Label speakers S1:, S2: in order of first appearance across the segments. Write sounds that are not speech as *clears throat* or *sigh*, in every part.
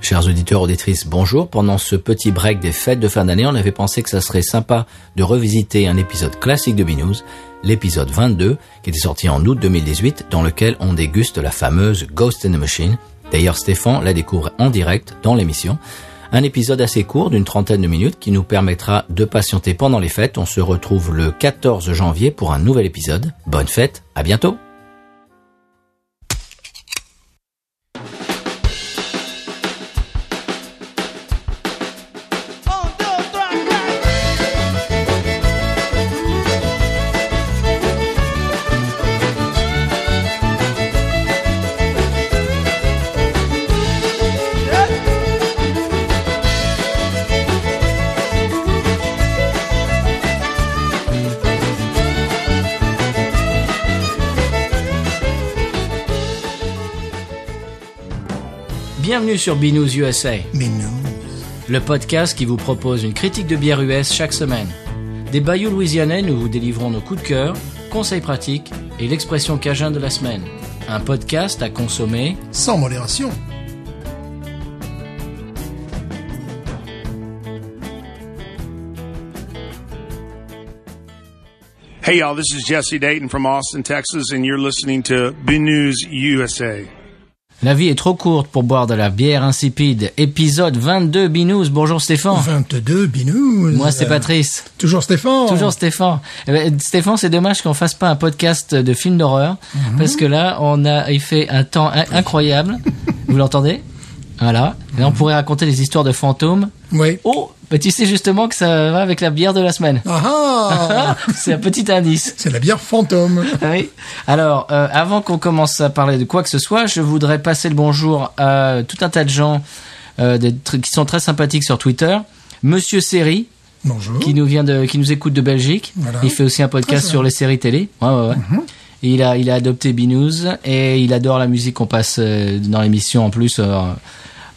S1: Chers auditeurs, auditrices, bonjour. Pendant ce petit break des fêtes de fin d'année, on avait pensé que ça serait sympa de revisiter un épisode classique de Binous, l'épisode 22, qui était sorti en août 2018, dans lequel on déguste la fameuse Ghost in the Machine. D'ailleurs, Stéphane la découvre en direct dans l'émission. Un épisode assez court d'une trentaine de minutes qui nous permettra de patienter pendant les fêtes. On se retrouve le 14 janvier pour un nouvel épisode. Bonne fête, à bientôt Bienvenue sur Binous USA,
S2: Mais non.
S1: le podcast qui vous propose une critique de bière US chaque semaine. Des bayous louisianais, nous vous délivrons nos coups de cœur, conseils pratiques et l'expression cajun de la semaine. Un podcast à consommer
S2: Sans modération.
S3: Hey, y'all, this is Jesse Dayton from Austin, Texas, and you're listening to BNews USA.
S1: La vie est trop courte pour boire de la bière insipide. Épisode 22 Binous. Bonjour
S2: *laughs*
S1: Stéphane.
S2: 22 binous.
S1: Oh. Moi c'est Patrice.
S2: Euh, toujours Stéphane.
S1: Toujours Stéphane. Eh ben, Stéphane, c'est dommage qu'on fasse pas un podcast de films d'horreur parce que là on a il fait un temps in- incroyable. Vous l'entendez Voilà. Et on pourrait raconter des histoires de fantômes.
S2: Oui.
S1: Oh, bah, tu sais justement que ça va avec la bière de la semaine. *laughs*
S2: Ah ah
S1: c'est un petit indice. *laughs*
S2: C'est la bière fantôme.
S1: Oui. Alors, euh, avant qu'on commence à parler de quoi que ce soit, je voudrais passer le bonjour à tout un tas de gens euh, des tr- qui sont très sympathiques sur Twitter. Monsieur Seri,
S2: Bonjour.
S1: qui nous vient de, qui nous écoute de Belgique.
S2: Voilà.
S1: Il fait aussi un podcast
S2: Très Mhm.
S1: sur les séries télé. Ouais, ouais, ouais. Et il a, il a adopté Binous et il adore la musique qu'on passe euh, dans l'émission en plus. euh,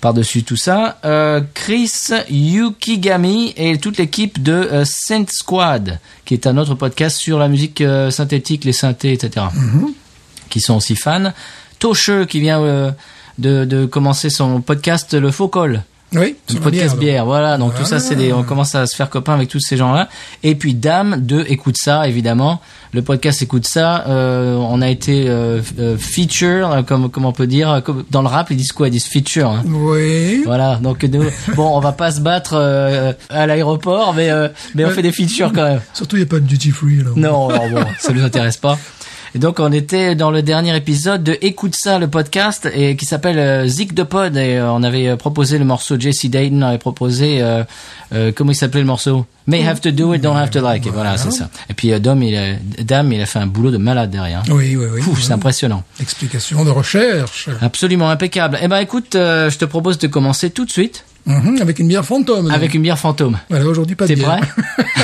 S1: par-dessus tout ça, Euh, Chris Yukigami et toute l'équipe de euh, Synth Squad, qui est un autre podcast sur la musique euh, synthétique, les synthés, etc.,
S2: Mhm.
S1: qui sont aussi fans. Tosheux, qui vient euh, de, de commencer son podcast Le Faux Col.
S2: Oui. c'est
S1: Le
S2: la
S1: podcast
S2: donc.
S1: bière, voilà. Donc tout ça,
S2: Ah.
S1: c'est des, on commence à se faire copain avec tous ces gens-là. Et puis Dame de écoute ça, évidemment. Le podcast écoute ça. euh, on a été euh, f- euh, feature, euh, comme comment on peut dire, euh, comme- dans le rap ils disent quoi Ils disent feature. hein.
S2: Oui.
S1: Voilà. Donc nous, bon, on va pas se battre euh, à l'aéroport, mais euh, mais on
S2: Ouais.
S1: fait des features quand même.
S2: Surtout, il n'y a pas de duty free, là.
S1: Non, non, bon, ça nous intéresse pas. Et donc on était dans le dernier épisode de Écoute ça le podcast et qui s'appelle euh, Zik de Pod et euh, on avait euh, proposé le morceau JC Dayton on avait proposé euh, euh, comment il s'appelait le morceau May have to do it don't have to like et voilà c'est ça et puis euh, Dom il a, Dame il a fait un boulot de malade derrière
S2: Oui, oui, oui.
S1: Pouf, c'est Ah. impressionnant
S2: Explication de recherche.
S1: absolument impeccable et ben écoute euh, je te propose de commencer tout de suite
S2: Mhm, Avec une bière fantôme. donc.
S1: avec une bière fantôme
S2: Voilà, aujourd'hui, pas de
S1: C'est
S2: bière.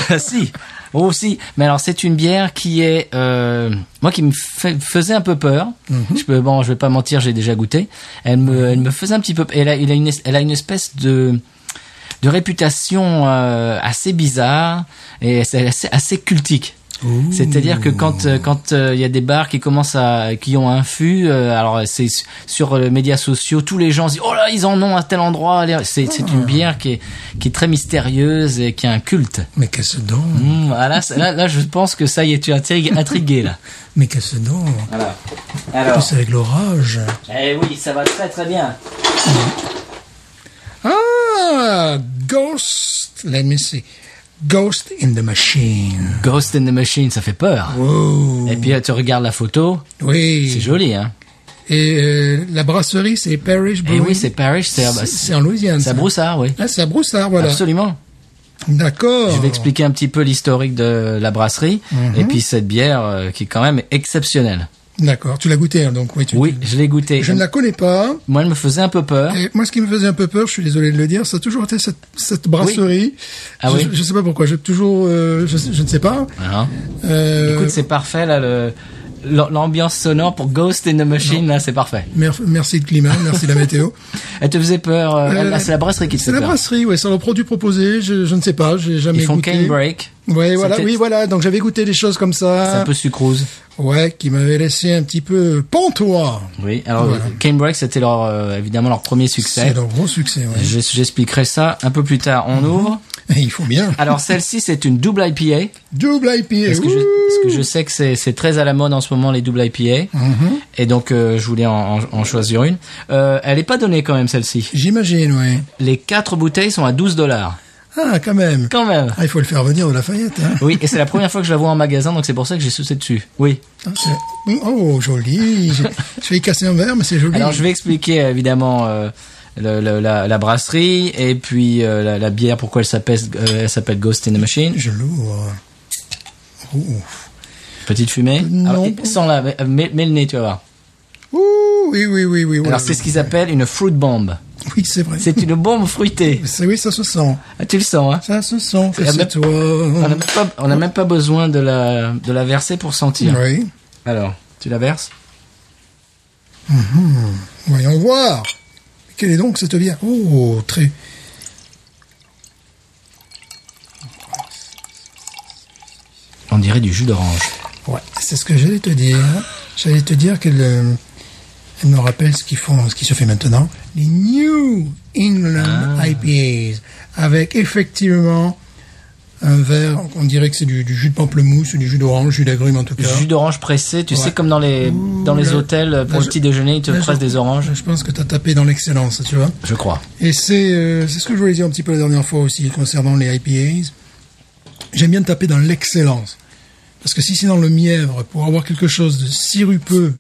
S1: vrai
S2: *laughs*
S1: Si. Oh si. Mais alors c'est une bière qui est euh, moi qui me fait- faisait un peu peur.
S2: Mhm.
S1: Je peux bon, je vais pas mentir, j'ai déjà goûté. Elle me elle me faisait un petit peu elle a, il a une es- elle a une espèce de de réputation euh, assez bizarre et c'est assez, assez cultique. C'est-à-dire que quand euh, quand euh, il y a des bars qui commencent à qui ont un fût, euh, alors c'est su- sur les médias sociaux, tous les gens se disent oh là ils en ont à tel endroit. Allez, C'est c'est une bière qui est qui est très mystérieuse et qui a un culte.
S2: Mais qu'est-ce donc
S1: Mmh, ah là, c'est- là, là, je pense que ça y est, tu es intrigué, intrigué là.
S2: Mais qu'est-ce donc
S1: Voilà.
S2: En
S1: Alors,
S2: plus, avec l'orage.
S1: eh oui, ça va très très bien.
S2: Ah Ghost. Let me see. Ghost in the Machine.
S1: Ghost in the Machine, ça fait peur.
S2: Wow.
S1: Et puis euh, tu regardes la photo,
S2: Oui.
S1: c'est joli, hein.
S2: Et euh, la brasserie, c'est Parish
S1: Et
S2: Brewing.
S1: Eh oui, c'est Parrish, c'est ah, bah,
S2: C'est-
S1: c'est
S2: c'est en Louisiane.
S1: c'est à
S2: ça.
S1: Broussard, oui.
S2: Ah, c'est à Broussard, voilà.
S1: Absolument.
S2: D'accord.
S1: Je vais expliquer un petit peu l'historique de la brasserie
S2: Mhm.
S1: et puis cette bière euh, qui est quand même exceptionnelle.
S2: D'accord. Tu l'as goûté, hein, donc oui. Tu,
S1: Oui, je l'ai goûtée.
S2: Je ne la connais pas.
S1: Moi, elle me faisait un peu peur.
S2: Et moi, ce qui me faisait un peu peur, je suis désolé de le dire, ça a toujours été cette, cette brasserie.
S1: Ah
S2: je,
S1: oui.
S2: je sais pas pourquoi. J'ai toujours, euh, je, je ne sais pas.
S1: Hein.
S2: Euh,
S1: Écoute, c'est parfait là. Le... l'am- l'ambiance sonore pour Ghost in the Machine, là, c'est parfait.
S2: Mer- Merci de climat, merci de la météo.
S1: *laughs* Elle te faisait peur. euh,
S2: Euh,
S1: là, c'est la brasserie qui te
S2: C'est
S1: fait
S2: la
S1: peur.
S2: brasserie, ouais, c'est leur produit proposé, je, je ne sais pas, j'ai jamais
S1: Ils font
S2: goûté.
S1: Cane Break.
S2: Ouais, voilà,
S1: C'était-
S2: oui, voilà, donc j'avais goûté des choses comme
S1: C'est un
S2: ça,
S1: peu sucrose.
S2: ouais, qui m'avaient laissé un petit peu pantois.
S1: Oui. Alors,
S2: Voilà.
S1: Cane Break, c'était leur, euh, évidemment leur premier
S2: C'est
S1: succès.
S2: leur Mhm. gros succès, ouais.
S1: Je- J'expliquerai ça un peu plus tard. On ouvre.
S2: Et Il faut bien.
S1: Alors, celle-ci, c'est une double IPA.
S2: Double IPA,
S1: Parce que, je, parce que je sais que c'est c'est très à la mode en ce moment les doubles IPA.
S2: Mhm.
S1: Et donc, euh, je voulais en, en- en choisir une. Euh, elle est pas donnée quand même, celle-ci.
S2: j'imagine, ouais.
S1: Les quatre bouteilles sont à 12 dollars.
S2: Ah, quand même.
S1: Quand même.
S2: Ah, il faut le faire venir de Lafayette, hein.
S1: Oui, et c'est la première fois que je la vois en magasin, donc c'est pour ça que j'ai sauté dessus. Oui.
S2: Ah, c'est- Oh, joli. J'ai- Je vais casser un verre, mais c'est joli.
S1: Alors, je vais expliquer euh, évidemment euh, le- le- la, la brasserie et puis euh, la, la bière, pourquoi elle s'appelle euh, elle s'appelle Ghost in the Machine.
S2: Je l'ouvre. Ouh.
S1: Petite fumée.
S2: Non.
S1: Alors, et- sans la, euh, mets, mets le nez, tu vas voir.
S2: Ouh, oui, oui, oui, oui.
S1: Alors,
S2: oui,
S1: c'est ce qu'ils appellent une fruit bomb.
S2: Oui, c'est vrai.
S1: C'est une bombe fruitée.
S2: C'est- Oui, ça se sent.
S1: Ah, tu le sens, hein
S2: Ça se sent.
S1: la
S2: C'est
S1: même-
S2: toi.
S1: On n'a même, pas- on a même pas besoin de la, de la verser pour sentir.
S2: Oui.
S1: Alors, tu la verses
S2: Hmm. Voyons voir. Quelle est donc cette bière Oh, très.
S1: On dirait du jus d'orange.
S2: Ouais, c'est ce que j'allais te dire. J'allais te dire qu'elle euh, elle me rappelle ce qu'ils font, ce qui se fait maintenant. Les New England
S1: Ah.
S2: IPAs. Avec effectivement un verre, on dirait que c'est du, du jus de pamplemousse ou du jus d'orange, jus d'agrumes en tout cas.
S1: Du jus d'orange pressé, tu
S2: Ouais.
S1: sais, comme dans les, dans les
S2: là-
S1: hôtels, euh, pour
S2: là,
S1: le
S2: je-
S1: petit déjeuner, ils te
S2: Là,
S1: pressent
S2: je-
S1: des oranges.
S2: Je pense que t'as tapé dans l'excellence, tu vois.
S1: Je crois.
S2: Et c'est euh, c'est ce que je voulais dire un petit peu la dernière fois aussi concernant les IPAs. J'aime bien taper dans l'excellence. Parce que si c'est dans le mièvre, pour avoir quelque chose de sirupeux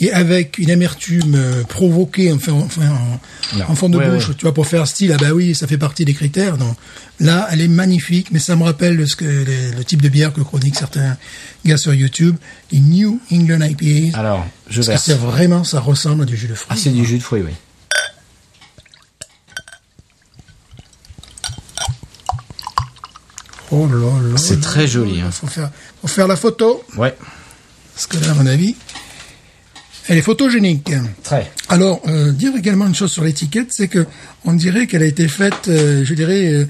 S2: et avec une amertume euh, provoquée en, fin- enfin, en-
S1: Non.
S2: en fond de
S1: Ouais,
S2: bouche,
S1: ouais.
S2: tu vois, pour faire style, ah bah oui, ça fait partie des critères. Non. Là, elle est magnifique, mais ça me rappelle ce que, les- le type de bière que chroniquent certains gars sur YouTube, les New England IPAs.
S1: Alors, je
S2: parce que
S1: verse.
S2: c'est vraiment, ça ressemble à du jus de fruits.
S1: Ah, c'est du jus de fruits, oui.
S2: Oh là là.
S1: C'est très joli, hein.
S2: Faut faire, faut faire la photo.
S1: Ouais,
S2: Parce que là, à mon avis, elle est photogénique.
S1: très.
S2: Alors, euh, dire également une chose sur l'étiquette, c'est que on dirait qu'elle a été faite, euh, je dirais, euh,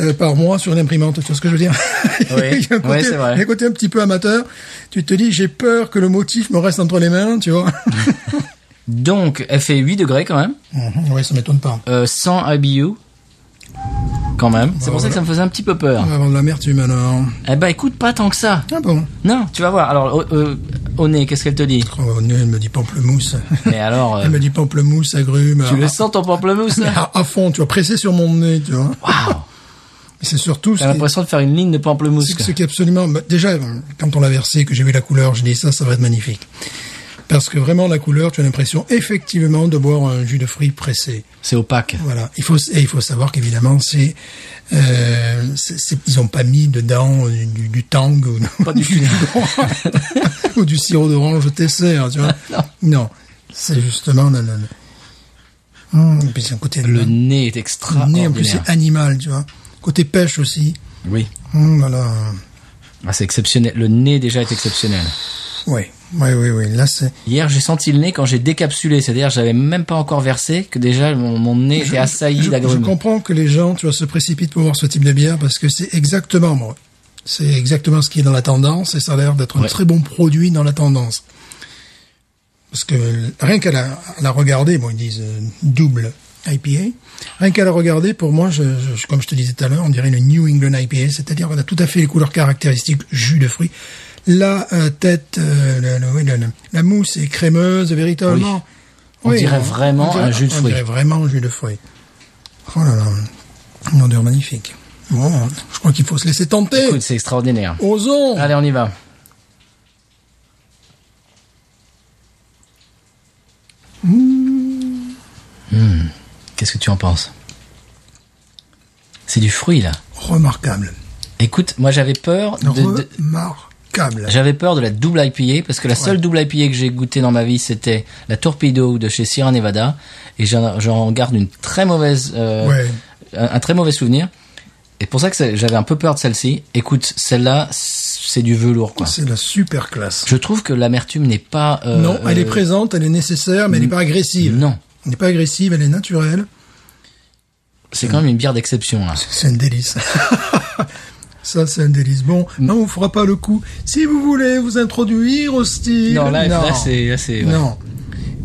S2: euh, par moi sur une imprimante. Tu vois ce que je veux dire *laughs*
S1: Oui,
S2: Il y a un côté-
S1: ouais, c'est vrai.
S2: il y a un côté un petit peu amateur. Tu te dis, j'ai peur que le motif me reste entre les mains, tu
S1: *laughs*
S2: vois
S1: Donc, elle fait 8 degrés quand même,
S2: Mhm, Ouais, ça m'étonne pas.
S1: euh, 100 IBU, quand même. C'est pour ça
S2: voilà.
S1: que ça me faisait un petit peu peur.
S2: On va avoir de l'amertume alors.
S1: Eh ben, écoute pas tant que ça.
S2: Ah bon
S1: Non, tu vas voir. Alors, au, euh, au nez, qu'est-ce qu'elle te *laughs* dit
S2: Oh, Elle me dit pamplemousse.
S1: Mais alors, euh,
S2: *laughs* Elle me dit pamplemousse, agrumes.
S1: tu le
S2: ah,
S1: sens ton pamplemousse
S2: *laughs*
S1: là
S2: à, à fond, tu vois, pressé sur mon nez, tu vois.
S1: Waouh
S2: C'est surtout ce
S1: T'as
S2: qui,
S1: l'impression de faire une ligne de pamplemousse.
S2: c'est que-
S1: quoi.
S2: ce qui est absolument. bah, déjà, quand on l'a versé, que j'ai vu la couleur, j'ai dit ça, ça va être magnifique. Parce que vraiment, la couleur, tu as l'impression effectivement de boire un jus de fruits pressé.
S1: C'est opaque.
S2: Voilà. Il faut, et il faut savoir qu'évidemment, c'est, euh, c'est- c'est- ils ont pas mis dedans euh, du, du tang ou,
S1: Pas du
S2: jus *laughs* d'orange ou du sirop d'orange Tesser, tu vois.
S1: *laughs* Non.
S2: C'est justement le, le, le- Hum, et puis c'est un côté
S1: *laughs* Le nez est extra.
S2: nez, en plus, c'est animal, tu vois. Côté pêche aussi.
S1: Oui.
S2: Hum, voilà.
S1: Ah, c'est exceptionnel. Le nez déjà est exceptionnel.
S2: Oui, oui, oui, oui. Là, c'est.
S1: Hier, j'ai senti le nez quand j'ai décapsulé. C'est-à-dire, j'avais même pas encore versé que déjà mon, mon nez était assailli
S2: Je, je
S1: d'agrumes.
S2: comprends que les gens, tu vois, se précipitent pour voir ce type de bière parce que c'est exactement, moi, c'est exactement ce qui est dans la tendance et ça a l'air d'être un
S1: Ouais.
S2: très bon produit dans la tendance. Parce que euh, rien qu'à la, à la regarder, bon, ils disent euh, double IPA. Rien qu'à la regarder, pour moi, je, je- comme je te disais tout à l'heure, on dirait une New England IPA, c'est-à-dire qu'on a tout à fait les couleurs caractéristiques jus de fruits. La euh, tête, euh, le- le- oui, le- le- la mousse est crémeuse, véritablement.
S1: Oui. On dirait vraiment un jus de
S2: on
S1: fruits.
S2: dirait vraiment un jus de fruits. Oh là là, une odeur magnifique. Bon, je crois qu'il faut se laisser tenter.
S1: Écoute, c'est extraordinaire.
S2: Osons.
S1: Allez, on y va. Hmm. Qu'est-ce que tu en penses C'est du fruit là.
S2: Remarquable.
S1: Écoute, moi j'avais peur de- de,
S2: Remarquable.
S1: J'avais peur de la double IPA parce que la seule double IPA que j'ai goûtée dans ma vie c'était la Torpedo de chez Sierra Nevada et j'en j'en garde une très mauvaise euh,
S2: Ouais.
S1: un, un très mauvais souvenir. Et pour ça que c'est- j'avais un peu peur de celle-ci. Écoute, celle-là, c- c'est du velours, quoi.
S2: C'est la super classe.
S1: Je trouve que l'amertume n'est pas. euh,
S2: non, elle est
S1: euh,
S2: présente, elle est nécessaire, mais elle n'est pas agressive.
S1: Non,
S2: Elle n'est pas agressive, elle est naturelle.
S1: c'est quand même une bière d'exception. Là.
S2: C'est un délice. *laughs* Ça, c'est un délice. Bon,
S1: Mm.
S2: non, on ne fera pas le coup. Si vous voulez vous introduire au style.
S1: Non, là, là, c'est, là, c'est- ouais.
S2: Non.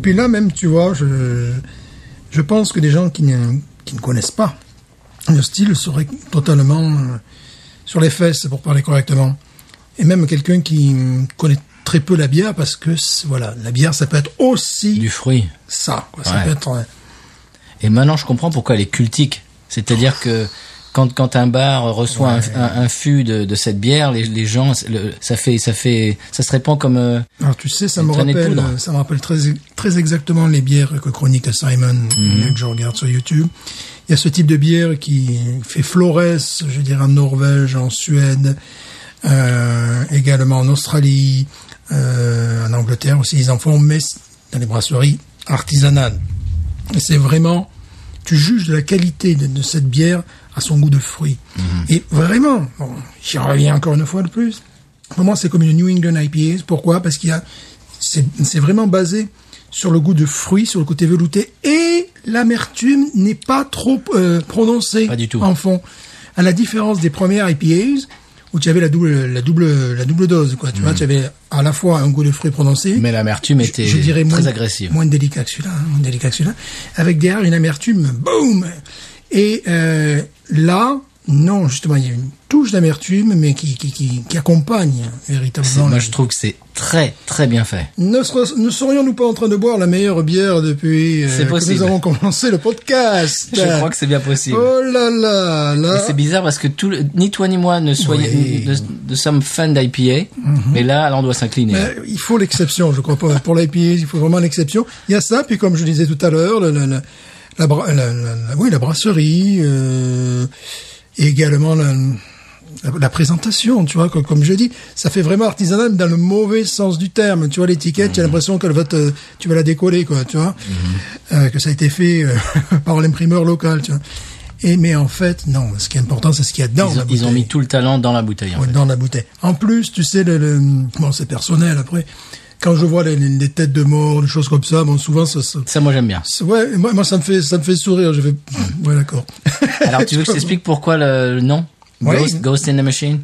S2: Puis là, même, tu vois, je, je pense que des gens qui ne, qui ne connaissent pas le style seraient totalement euh, sur les fesses, pour parler correctement. Et même quelqu'un qui hum, connaît très peu la bière, parce que, c'est- voilà, la bière, ça peut être aussi
S1: du fruit.
S2: ça. quoi. Ça
S1: Ouais.
S2: peut être. euh,
S1: Et maintenant, je comprends pourquoi elle est cultique. C'est-à-dire que quand, quand un bar reçoit un- un, un fût de, de cette bière, les, les gens, le- ça fait, ça fait, ça se répand comme. euh,
S2: Alors tu sais, ça
S1: Une
S2: me
S1: traînée de
S2: rappelle,
S1: poudre.
S2: euh, ça me rappelle très très exactement les bières que chronique Simon que je regarde sur YouTube. Il y a ce type de bière qui fait Flores, je dirais en Norvège, en Suède, euh, également en Australie, euh, en Angleterre aussi ils en font, mais c'est dans les brasseries artisanales. Et c'est vraiment, tu juges de la qualité de, de cette bière à son goût de fruit.
S1: Mhm.
S2: Et vraiment, bon, j'y reviens encore une fois de plus. Pour moi, c'est comme une New England IPA. Pourquoi Parce qu'il y a, c'est c'est vraiment basé sur le goût de fruit, sur le côté velouté, et l'amertume n'est pas trop euh, prononcée
S1: Pas du tout.
S2: en fond. À la différence des premières IPAs où tu avais la double, la double, la double dose, quoi. Tu
S1: Mhm.
S2: vois, tu avais à la fois un goût de fruit prononcé,
S1: mais l'amertume
S2: je-
S1: était
S2: je dirais
S1: très
S2: moins,
S1: agressive.
S2: Moins délicat que celui-là, hein, moins délicat que celui-là. Avec derrière une amertume, boum Et euh, là, non, justement, il y a une touche d'amertume, mais qui, qui, qui, qui accompagne hein,
S1: C'est-
S2: véritablement.
S1: moi,
S2: la-
S1: je trouve que c'est très, très bien fait.
S2: Ne, ser- ne serions-nous pas en train de boire la meilleure bière depuis euh,
S1: C'est
S2: que
S1: possible.
S2: nous avons commencé le podcast
S1: Je crois que c'est bien possible.
S2: Oh là là
S1: Et
S2: là
S1: C'est bizarre parce que tout, le- ni toi ni moi ne soyez,
S2: Ah. Oui. Mhm.
S1: ne, ne sommes fans d'IPA, mais là, là, on doit s'incliner.
S2: Euh, il faut l'exception, je crois. Pour, pour l'IPA, il faut vraiment l'exception. Il y a ça, puis comme je disais tout à l'heure, le- le- le- la, bra- la, la- la- oui, la brasserie, euh, et également la, la, la présentation, tu vois, comme, comme je dis, ça fait vraiment artisanal mais dans le mauvais sens du terme. Tu vois, l'étiquette,
S1: Mmh.
S2: tu as l'impression qu'elle va te, tu vas la décoller, quoi, tu vois,
S1: Mmh.
S2: Euh, que ça a été fait euh, *laughs* par l'imprimeur local, tu vois. Et, mais en fait, non, ce qui est important, c'est ce qu'il y a dedans.
S1: ils,
S2: la
S1: ont, ils ont
S2: bouteille.
S1: mis tout le talent dans la bouteille. en
S2: Ouais,
S1: fait.
S2: dans la bouteille. En plus, tu sais, le, le- bon, c'est personnel après. Quand je vois les, les- les têtes de mort, des choses comme ça, bon, souvent ça, ça-
S1: Ça, moi, j'aime bien.
S2: ça- ouais, moi, moi, ça me fait, ça me fait sourire. Je fais, ouais, d'accord.
S1: Alors, tu veux que je t'explique pourquoi le, le nom
S2: Oui.
S1: Ghost, Ghost in the Machine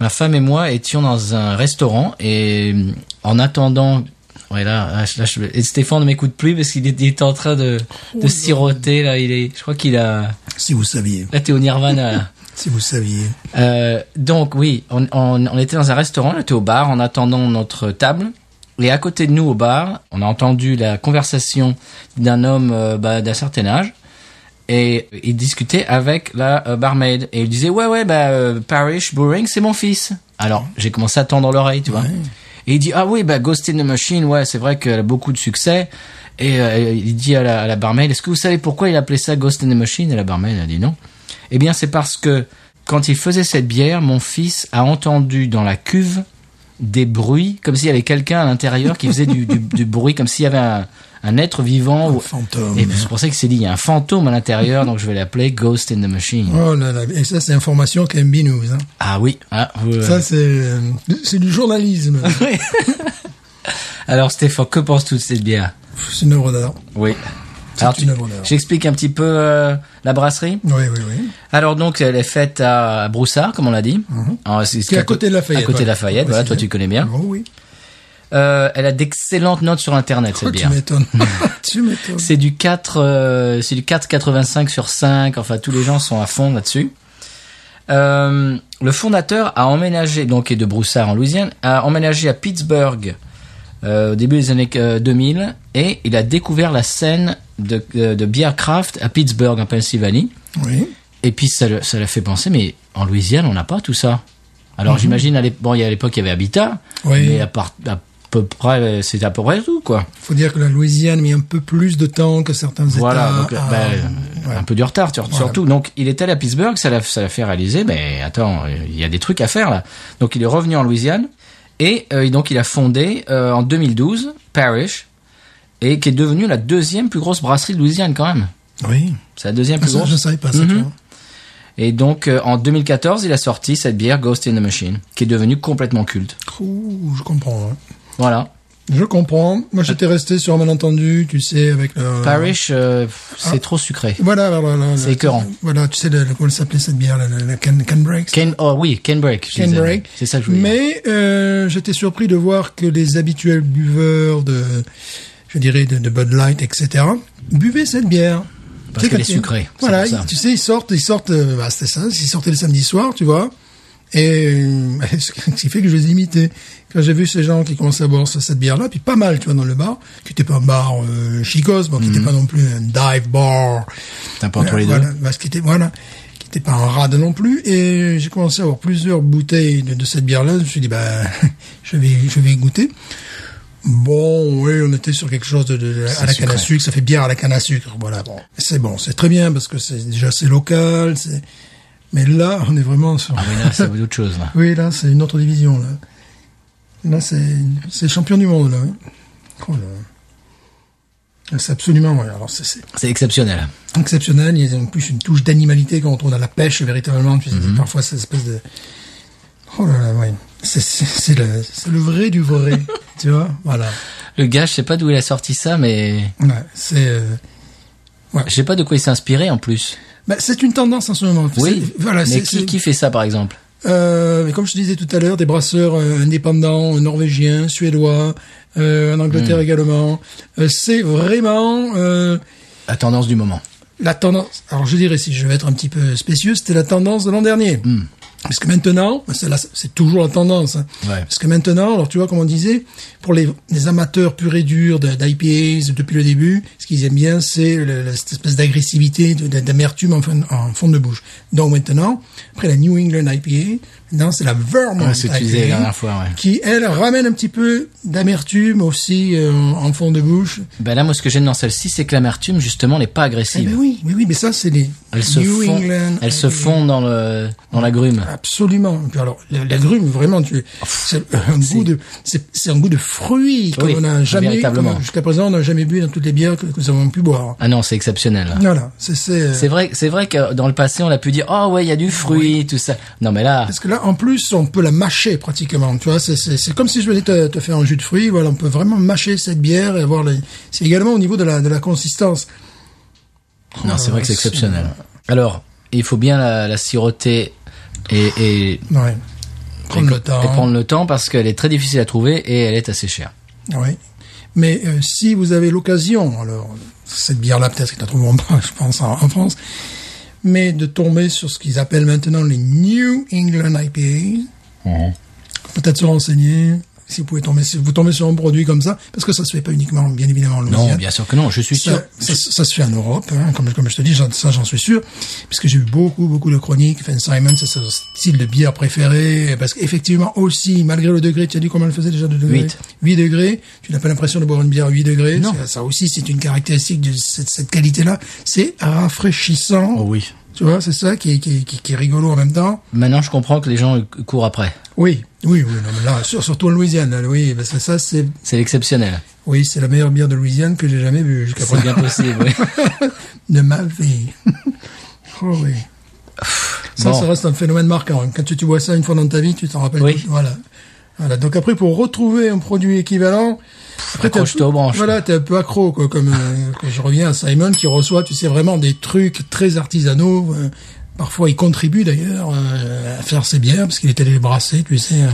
S1: Ma femme et moi étions dans un restaurant et euh, en attendant... Ouais, là, là, je- là, je- et Stéphane ne m'écoute plus parce qu'il est, il est en train de, de siroter. Là, il est, je crois qu'il a...
S2: *laughs* Si vous saviez,
S1: Là, t'es au Nirvana. Là.
S2: si vous saviez.
S1: Euh, donc oui, on, on- on était dans un restaurant, on était au bar en attendant notre table. Et à côté de nous au bar, on a entendu la conversation d'un homme euh, bah, d'un certain âge. Et il discutait avec la euh, barmaid. Et il disait, ouais, ouais, bah, euh, Parrish Brewing, c'est mon fils. Alors, j'ai commencé à tendre l'oreille, tu vois. Et il dit, ah oui, bah, Ghost in the Machine, ouais, c'est vrai qu'elle a beaucoup de succès. Et euh, il dit à la, à la barmaid, est-ce que vous savez pourquoi il appelait ça Ghost in the Machine Et la barmaid a dit non. Eh bien, c'est parce que quand il faisait cette bière, mon fils a entendu dans la cuve des bruits, comme s'il y avait quelqu'un à l'intérieur qui faisait du, du- du bruit, comme s'il y avait un, un être vivant.
S2: Un
S1: ou-
S2: fantôme.
S1: Et c'est pour ça qu'il s'est dit, il y a un fantôme à l'intérieur, donc je vais l'appeler Ghost in the Machine.
S2: Oh là là, et ça c'est information KMB News. Hein.
S1: Ah oui. Ah, vous, euh, *laughs*
S2: Ça c'est, euh, c'est du journalisme.
S1: Alors Stéphane, que penses-tu de cette bière
S2: c'est une œuvre d'art.
S1: Oui.
S2: C'est
S1: Alors,
S2: une
S1: tu-
S2: œuvre d'art.
S1: j'explique un petit peu euh, la brasserie.
S2: Oui, oui, oui.
S1: Alors donc elle est faite à Broussard, comme on l'a dit. Alors, c'est-
S2: Mhm. Qui est à côté de Lafayette.
S1: À côté de Lafayette, voilà, toi tu connais bien.
S2: Oh oui.
S1: Euh, elle a d'excellentes notes sur internet cette
S2: Oh, tu
S1: bière. *laughs*
S2: m'étonnes. *laughs* tu m'étonnes.
S1: C'est du 4 euh, c'est du 4,85 sur 5, enfin tous les gens sont à fond là-dessus. Euh, le fondateur a emménagé donc est de Broussard en Louisiane, a emménagé à Pittsburgh euh, au début des années euh, 2000 et il a découvert la scène de, euh, de, de bière craft à Pittsburgh en Pennsylvanie.
S2: Oui.
S1: Et puis ça le- ça l'a fait penser, mais en Louisiane, on n'a pas tout ça. Alors j'imagine, à l'ép- bon, il y a- à l'époque, il y avait Habitat,
S2: Oui.
S1: mais à, part- à peu près, euh, c'est à peu près tout, quoi.
S2: Faut dire que la Louisiane met un peu plus de temps que certains
S1: Voilà,
S2: États.
S1: donc,
S2: à-
S1: bah, euh,
S2: ouais.
S1: un peu du retard, sur- surtout. Donc il est allé à Pittsburgh, ça l'a ça l'a fait réaliser, mais attends, il y a des trucs à faire là. Donc il est revenu en Louisiane, et euh, donc il a fondé euh, en 2012 Parrish, et qui est devenue la deuxième plus grosse brasserie de Louisiane quand même.
S2: Oui.
S1: C'est la deuxième
S2: Ah,
S1: plus
S2: ça,
S1: grosse.
S2: je ne savais pas ça. tu
S1: Mhm.
S2: vois.
S1: Et donc, euh, en 2014, il a sorti cette bière Ghost in the Machine, qui est devenue complètement culte.
S2: Ouh, je comprends. hein.
S1: Voilà.
S2: Je comprends. Moi,
S1: Ah.
S2: j'étais resté sur un malentendu, tu sais, avec le...
S1: Parish, euh, pff,
S2: Ah.
S1: c'est trop sucré.
S2: Voilà, voilà, voilà.
S1: C'est écœurant.
S2: Voilà, tu sais, le, le- comment s'appelait cette bière, la, la, la Can, Can Breaks.
S1: Can, oh oui, Can Break. je
S2: Can
S1: disais.
S2: Break.
S1: C'est ça hein. que je voulais dire.
S2: Mais euh, j'étais surpris de voir que les habituels buveurs de, je dirais, de, de Bud Light, etc., buvaient cette bière.
S1: Parce
S2: Tu sais,
S1: qu'elle
S2: quand
S1: est
S2: tu-
S1: sucrée, c'est
S2: Voilà,
S1: pour ça.
S2: ils- tu sais, ils sortent, ils sortent, euh, bah, c'était ça, ils sortaient le samedi soir, tu vois. Et euh, *laughs* ce qui fait que je les imitais. Quand j'ai vu ces gens qui commençaient à boire ce- cette bière-là, puis pas mal, tu vois, dans le bar, qui n'était pas un bar euh, chicos, bon, qui
S1: Mhm.
S2: n'était pas non plus un dive bar,
S1: C'est important entre les deux.
S2: voilà, parce qu'il était, voilà, qui était pas un rade non plus. Et j'ai commencé à avoir plusieurs bouteilles de, de cette bière-là. Je me suis dit, bah, *laughs* je vais, je vais y goûter. Bon, oui, on était sur quelque chose de, de- à la canne
S1: sucré.
S2: à sucre. Ça fait bière à la canne à sucre. Voilà, bon. C'est bon, c'est très bien parce que c'est déjà c'est local. C'est, mais là, on est vraiment sur.
S1: Ah oui, là, c'est autre chose. là.
S2: *laughs* oui, là, c'est une autre division. Là, là, c'est, c'est champion du monde. Là, hein. Oh là. c'est absolument. ouais, Alors, c'est, c'est-
S1: C'est exceptionnel.
S2: exceptionnel. Il y a en plus une touche d'animalité quand on trouve dans la pêche véritablement. Puis
S1: Mhm.
S2: Parfois, cette espèce de oh là là, ouais. C'est- c'est c'est le c'est le vrai du
S1: *laughs*
S2: vrai, tu vois. Voilà.
S1: Le gars, je sais pas d'où il a sorti ça, mais
S2: Ouais, c'est euh,
S1: je sais pas de quoi il s'est inspiré en plus.
S2: bah, c'est une tendance en ce moment.
S1: Oui.
S2: C'est- Voilà.
S1: Mais
S2: c'est-
S1: qui,
S2: c'est-
S1: qui fait ça, par exemple
S2: Euh, mais comme je te disais tout à l'heure, des brasseurs euh, indépendants, euh, norvégiens, suédois, euh, en Angleterre
S1: Mhm.
S2: également. Euh, c'est vraiment euh,
S1: La tendance du moment.
S2: la tendance, alors je dirais si je vais être un petit peu spécieux, c'était la tendance de l'an dernier.
S1: Hmm.
S2: Parce que maintenant, ben, c'est la- c'est toujours la tendance. hein.
S1: Ouais.
S2: Parce que maintenant, alors tu vois comme on disait, pour les, les amateurs purs et durs de- d'IPAs depuis le début, ce qu'ils aiment bien, c'est le- le- cette espèce d'agressivité, de- de- d'amertume en, fin, en fond de bouche. Donc maintenant, après la New England IPA, maintenant c'est la Vermont
S1: Ouais, c'est ce que tu disais la
S2: IPA,
S1: dernière fois, ouais.
S2: qui elle ramène un petit peu d'amertume aussi euh, en fond de bouche.
S1: Ben là, moi, ce que j'aime dans celle-ci, c'est que l'amertume, justement, n'est pas
S2: Eh
S1: agressive.
S2: ben oui, oui, oui, mais ça c'est les
S1: Elles se
S2: New
S1: font,
S2: England
S1: elles se
S2: IPA.
S1: font dans le dans la grume.
S2: Absolument. Et puis alors, la- la grume, vraiment, tu, c'est un goût de, c'est, c'est un goût de fruits
S1: Oui,
S2: qu'on n'a jamais,
S1: véritablement.
S2: qu'on- jusqu'à présent, on n'a jamais bu dans toutes les bières que, que nous avons pu boire.
S1: Ah non, c'est exceptionnel.
S2: Voilà. C'est, c'est,
S1: C'est vrai, c'est vrai que dans le passé, on a pu dire, oh ouais, il y a du fruit, tout ça. Non, mais là,
S2: parce que là, en plus, on peut la mâcher pratiquement. Tu vois, c'est, c'est, c'est comme si je venais te, te faire un jus de fruits. Voilà, on peut vraiment mâcher cette bière et avoir les, c'est également au niveau de la, de la consistance.
S1: non, c'est vrai que c'est
S2: c'est-
S1: exceptionnel. Alors, il faut bien la, la siroter et, et,
S2: Ouais. Prendre
S1: et-
S2: le temps.
S1: et prendre le temps parce qu'elle est très difficile à trouver et elle est assez chère.
S2: Oui. Mais euh, si vous avez l'occasion, alors cette bière-là peut-être que la trouveront *laughs* pas, je pense, en, en France, mais de tomber sur ce qu'ils appellent maintenant les New England IPA, peut-être se renseigner. Si vous pouvez tomber, si vous tombez sur un produit comme ça, parce que ça se fait pas uniquement, bien évidemment, en Louisiane.
S1: Non, bien sûr que non, je suis sûr.
S2: Ça, ça, ça se fait en Europe, hein, comme, comme je te dis, j'en- ça j'en suis sûr, puisque j'ai eu beaucoup, beaucoup de chroniques. Van Simon, c'est son style de bière préféré, parce qu'effectivement aussi, malgré le degré, tu as dit comment elle faisait déjà de degré
S1: Huit.
S2: 8 degrés, tu n'as pas l'impression de boire une bière à 8 degrés.
S1: Non.
S2: Ça, ça aussi, c'est une caractéristique de cette, cette qualité-là. C'est rafraîchissant.
S1: Oh oui.
S2: Tu vois, c'est ça qui est, qui, est- qui est- qui est rigolo en même temps.
S1: Maintenant, je comprends que les gens euh, courent après.
S2: Oui, oui, oui. Non, mais là, sur- surtout en Louisiane, là, oui, parce que ça, c'est,
S1: C'est exceptionnel.
S2: oui, c'est la meilleure bière de Louisiane que j'ai jamais vue jusqu'à
S1: C'est bien
S2: présent.
S1: possible. oui.
S2: de ma vie. *laughs* oh oui. Ça,
S1: Bon.
S2: ça reste un phénomène marquant. Quand tu, tu bois ça une fois dans ta vie, tu t'en rappelles.
S1: Oui.
S2: tout- Voilà. Voilà. Donc après, pour retrouver un produit équivalent, après, t'es un
S1: accroche-toi
S2: peu-
S1: aux branches,
S2: Voilà, t'es un peu accro, quoi. Comme euh, quand je reviens à Simon qui reçoit, tu sais, vraiment des trucs très artisanaux. euh, parfois, il contribue d'ailleurs euh, à faire ses bières parce qu'il est allé les brasser, tu sais. euh.